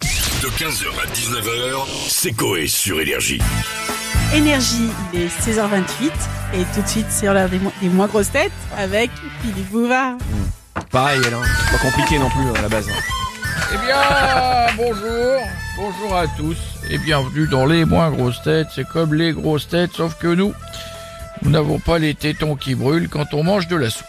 De 15h à 19h, c'est Coé sur Énergie. Énergie, il est 16h28 et tout de suite c'est l'heure des, mo- des moins grosses têtes avec Philippe Bouvard. Pareil, elle, hein. C'est pas compliqué non plus à la base. hein. Eh bien, bonjour, bonjour à tous et bienvenue dans les moins grosses têtes. C'est comme les grosses têtes, sauf que nous, nous n'avons pas les tétons qui brûlent quand on mange de la soupe.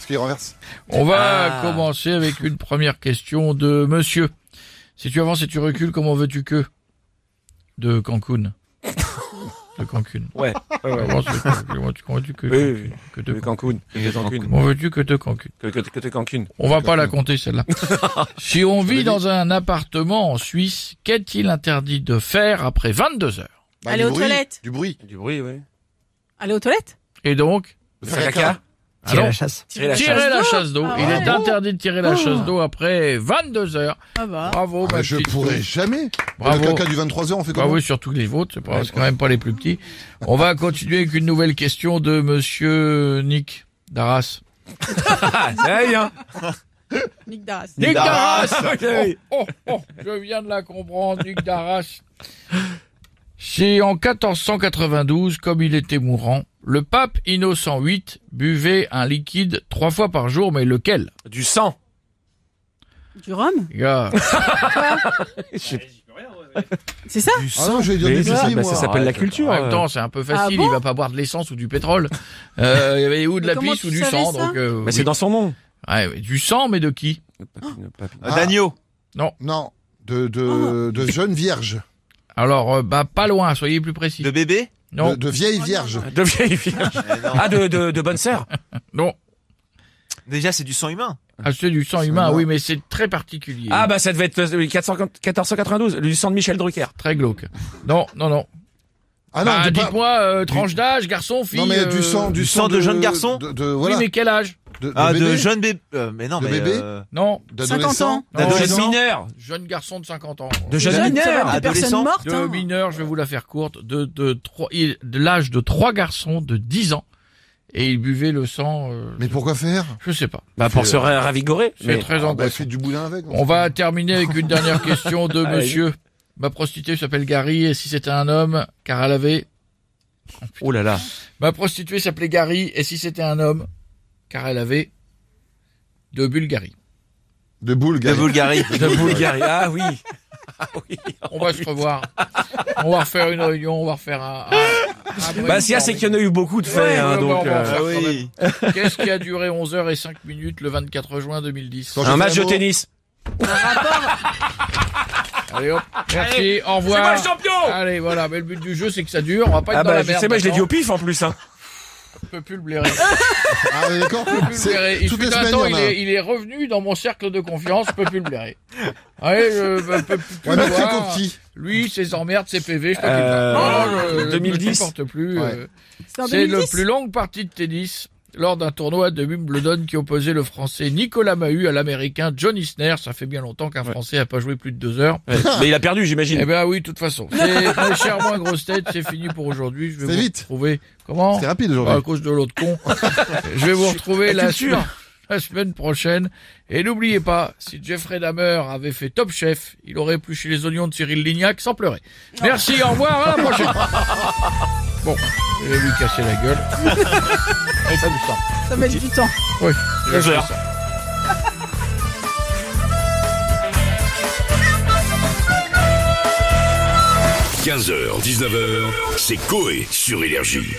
Ce qui renverse. On va Ah. commencer avec une première question de monsieur. Si tu avances et tu recules, comment veux-tu que De Cancun. De Cancun. Ouais, ouais, ouais. Avance et recule, Comment tu- comment veux-tu que, Oui, oui, oui. que de Que Cancun. Que Cancun. Comment veux-tu que de Cancun Que, que, que Cancun. On va pas la compter celle-là. si on vit dans un appartement en Suisse, qu'est-il interdit de faire après 22 heures Bah, Aller du aux bruit, toilettes. Du bruit. Du bruit, ouais. Allez aux toilettes Et donc De faire caca. ah non, chasse. Tirer la tirer la chasse chasse d'eau. Ah Il ouais. est interdit de tirer la chasse d'eau après 22 heures. Ah bah. Bravo, Ah, ma mais je petite pourrais Lou. jamais. Bravo. Le caca du 23h, on fait Ah comment oui, surtout les vôtres, c'est pas- c'est quand même pas les plus petits. On va continuer avec une nouvelle question de monsieur Nick Darras. Ah, ça y est, hein. Nick Darras. Nick Darras Ok, oui. Oh, oh, je viens de la comprendre, Duc d'Arras. Si en 1492, comme il était mourant, le pape Innocent VIII buvait un liquide trois fois par jour, mais lequel Du sang. Du rhum Les gars, C'est ça Du Ah non, je vais dire des bêtises, bah, moi. la culture. euh. en même temps, c'est un peu facile, Ah bon il va pas boire de l'essence ou du pétrole, euh, il y avait ou de Mais la comment pisse ou tu du savais sang. ça Donc, euh, Mais oui. c'est dans son nom. Ouais, ouais, du sang, mais de qui Ah. D'agneau. Non. De, Ah. de, de jeune vierge. Alors, euh, bah pas loin, soyez plus précis. De bébé Non, De, de vieille Oh, non. vierge. De vieille vierge. Ah, de, de, de bonne sœur. non, Déjà, c'est du sang humain. ah, c'est du sang C'est humain, mort. oui, mais c'est très particulier. Ah, bah, ça devait être le 450 1492. Du sang de Michel Drucker. Très glauque. Non, non, non. Ah non, Bah, du pas- dites-moi, euh, tranche d'âge, garçon, fille. Non, mais euh, du sang, du, du sang de jeune garçon De, de- voilà. Oui, mais quel âge De, de Ah, de bébé, jeune bébé. euh, mais non, De mais. bébé euh, Non, 50 ans. Non, Ah, De ouais, jeune non. mineur. jeune garçon de 50 ans. De Jeune, jeune ça va être mineur. des personnes adolescent, mortes. De hein. mineur, je vais vous la faire courte, de, de, trois- il- de l'âge de trois garçons de 10 ans. Et ils buvaient le sang, euh, Mais pourquoi faire je sais pas. Bah, pour se ra- ravigorer. C'est Mais- très ah, bah, angoissant. Faites du boulin avec. On va terminer avec une dernière question de Allez. monsieur. Ma prostituée s'appelle Gary, et si c'était un homme, car elle avait... Oh là là. Ma prostituée s'appelait Gary, et si c'était un homme, car elle avait... De Bulgarie. De boule, De gars. Bulgarie. De Bulgarie. Ah oui. Ah oui. On va se revoir. On va refaire une réunion, on va refaire un. un- un brainstorming. Bah, si, c'est qu'il y en a eu beaucoup de faits, Ouais, hein, ouais, donc. ouais, ouais, euh, ouais. Ah oui. Qu'est-ce qui a duré 11h et 5 minutes le 24 juin 2010 Quand j'ai Un fait match de l'amour, tennis. Allez hop, merci, C'est au moi revoir. le champion Allez, voilà, mais le but du jeu c'est que ça dure, on va pas être Ah dans bah, la je merde. sais, moi je l'ai dit maintenant. au pif en plus, hein. Je peux plus le blairer. Ah, mais d'accord. Je peux plus le c'est- blairer. Il Toutes fut les un semaines, temps, il y il en a un. est, il est revenu dans mon cercle de confiance, je peux plus le blairer. Allez, je je peux plus le Ouais, mais très voir. coquille. Lui, ses emmerdes, ses PV, je peux Euh, plus le voir. Non, je- je 2010. ne supporte plus. Ouais. euh, C'est en C'est le 2010 plus longue partie de tennis lors d'un tournoi de Wimbledon qui opposait le français Nicolas Mahut à l'américain John Isner. Ça fait bien longtemps qu'un français n'a pas joué plus de deux heures. Mais il a perdu, Eh j'imagine. ben oui, de toute façon. C'est, mes chers moins grosses têtes, c'est fini pour aujourd'hui. Je vais C'est vous vite. retrouver. Comment? C'était rapide Pas à aujourd'hui. cause de l'autre con. Je vais vous retrouver La la, culture. semaine- la semaine prochaine. Et n'oubliez pas, si Jeffrey Dahmer avait fait Top Chef, il aurait épluché les oignons de Cyril Lignac sans pleurer. Merci, au revoir, à la prochaine. Bon, je vais lui casser la gueule. Et ça me sent. Ça met du temps. Oui, Deux je heures. sens. heures, 19h, c'est Coé sur Énergie.